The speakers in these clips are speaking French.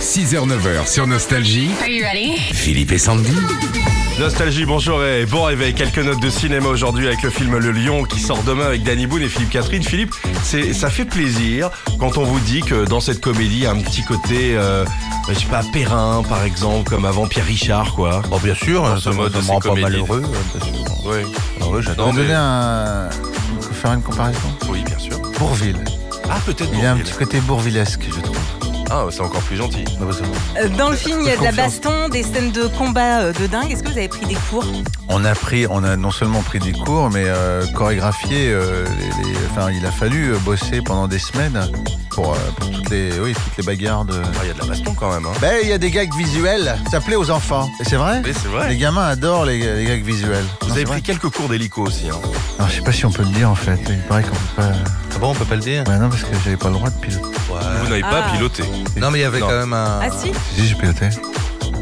6h-9h sur Nostalgie, Are you ready? Philippe et Sandy. Nostalgie, bonjour et bon réveil. Quelques notes de cinéma aujourd'hui avec le film Le Lion qui sort demain avec Danny Boone et Philippe Catherine. Philippe, c'est, ça fait plaisir quand on vous dit que dans cette comédie, il y a un petit côté, euh, je sais pas, Perrin par exemple, comme avant Pierre Richard, quoi. Bon, Oh, bien sûr, hein, Dans ce ça, me- mode ça de me rend ces pas comédies. malheureux. euh, bien sûr. Oui, Malheureux, j'adore. Non, Je vais mais- donner un- euh, faire une comparaison. oui, bien sûr. Bourville. Ah, peut-être Il y a un Bourvil. petit côté bourvillesque, je trouve. Ah, c'est encore plus gentil. Non, mais c'est bon. Euh, Dans le film, il y a de la Confiance. baston, des scènes de combat euh, de dingue. Est-ce que vous avez pris des cours On a pris, on a non seulement pris des cours, mais euh, chorégraphié. euh, les- les- enfin, il a fallu euh, bosser pendant des semaines pour, euh, pour toutes les, oui, toutes les bagarres de. Ah, Il y a de la baston quand même. Hein. Ben, il y a des gags visuels. Ça plaît aux enfants. Et c'est vrai. Mais c'est Les vrai. gamins adorent les, les gags visuels. Vous Non, avez pris c'est vrai. quelques cours d'hélico aussi. Hein. Alors, je sais pas si on peut le dire en fait. Il paraît qu'on peut pas. Ah bon, on peut pas le dire Ben non, parce que j'avais pas le droit de piloter. Vous n'avez pas Ah. piloté. Non, mais il y avait Non. quand même un. Ah si Si, j'ai piloté.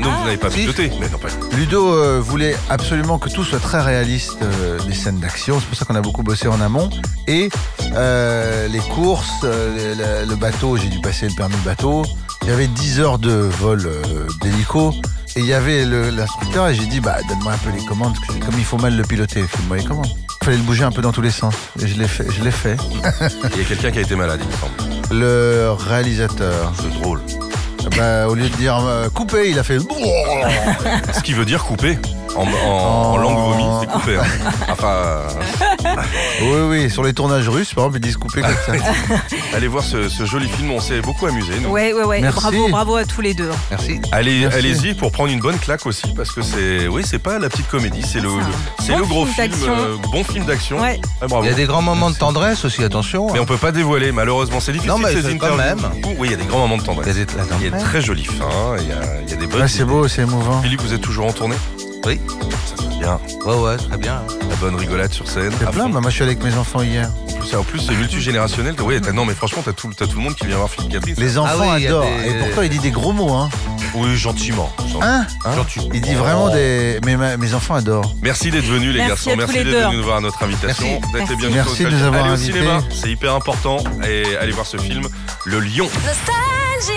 Non, vous n'avez pas Ah. Si. piloté. Mais non, pas. Ludo euh, voulait absolument que tout soit très réaliste, euh, les scènes d'action. C'est pour ça qu'on a beaucoup bossé en amont. Et euh, les courses, euh, le, le- le bateau, j'ai dû passer le permis de bateau. Il y avait 10 heures de vol euh, d'hélico. Et il y avait le- l'instructeur et j'ai dit, bah, donne-moi un peu les commandes, parce que comme il faut mal le piloter, file-moi les commandes. Il fallait le bouger un peu dans tous les sens. Et je l'ai fait. Je l'ai fait. Il y a quelqu'un qui a été malade, il me semble. Le réalisateur, C'est drôle. bah, au lieu de dire euh, couper, il a fait... Ce qui veut dire couper. En, en- Oh. en langue vomi, c'est coupé. hein. Enfin, euh, Oui, oui, sur les tournages russes, par exemple, ils disent couper comme ça. allez voir ce, ce joli film, on s'est beaucoup amusé. nous. Ouais, ouais, ouais. Merci. Bravo, bravo à tous les deux. Merci. Allez, Merci. allez-y pour prendre une bonne claque aussi, parce que c'est, oui, c'est pas la petite comédie, c'est le, C'est un le- c'est bon le gros film film, d'action. euh, bon film d'action. Ah, Ouais. Ah, bravo. Il y a des grands moments de tendresse aussi, attention. hein. Mais on peut pas dévoiler, malheureusement, c'est difficile. Non, mais ces c'est quand interviews. Oui, il y a des grands moments de Il y a tendresse. des- la Il y a tempête. de très jolies fins, il y a, il y a des bonnes. Ah, c'est idées. beau, c'est émouvant. Philippe, vous êtes toujours en tournée Oui. Ça se passe bien. Ouais, ouais, très bien. La bonne rigolade sur scène. C'est à plein, fond. moi je suis allé avec mes enfants hier. En plus, en plus, c'est multigénérationnel. Oui, t'as- non, mais franchement, t'as tout, t'as tout le monde qui vient voir Philippe Catherine. Les enfants Ah oui, il y a adorent. des- Et pourtant, il dit des gros mots, hein. Oui, gentiment. gentiment. Hein Hein Il Oh. dit vraiment des. Mais ma- mes enfants adorent. Merci d'être venus les Merci garçons, à tous merci les d'être deux. venus nous voir à notre invitation. Merci. D'être les Merci. bienvenus Merci sur de Nostalgie. nous avoir Allez invités. au cinéma, c'est hyper important et allez voir ce film Le Lion. Nostalgie.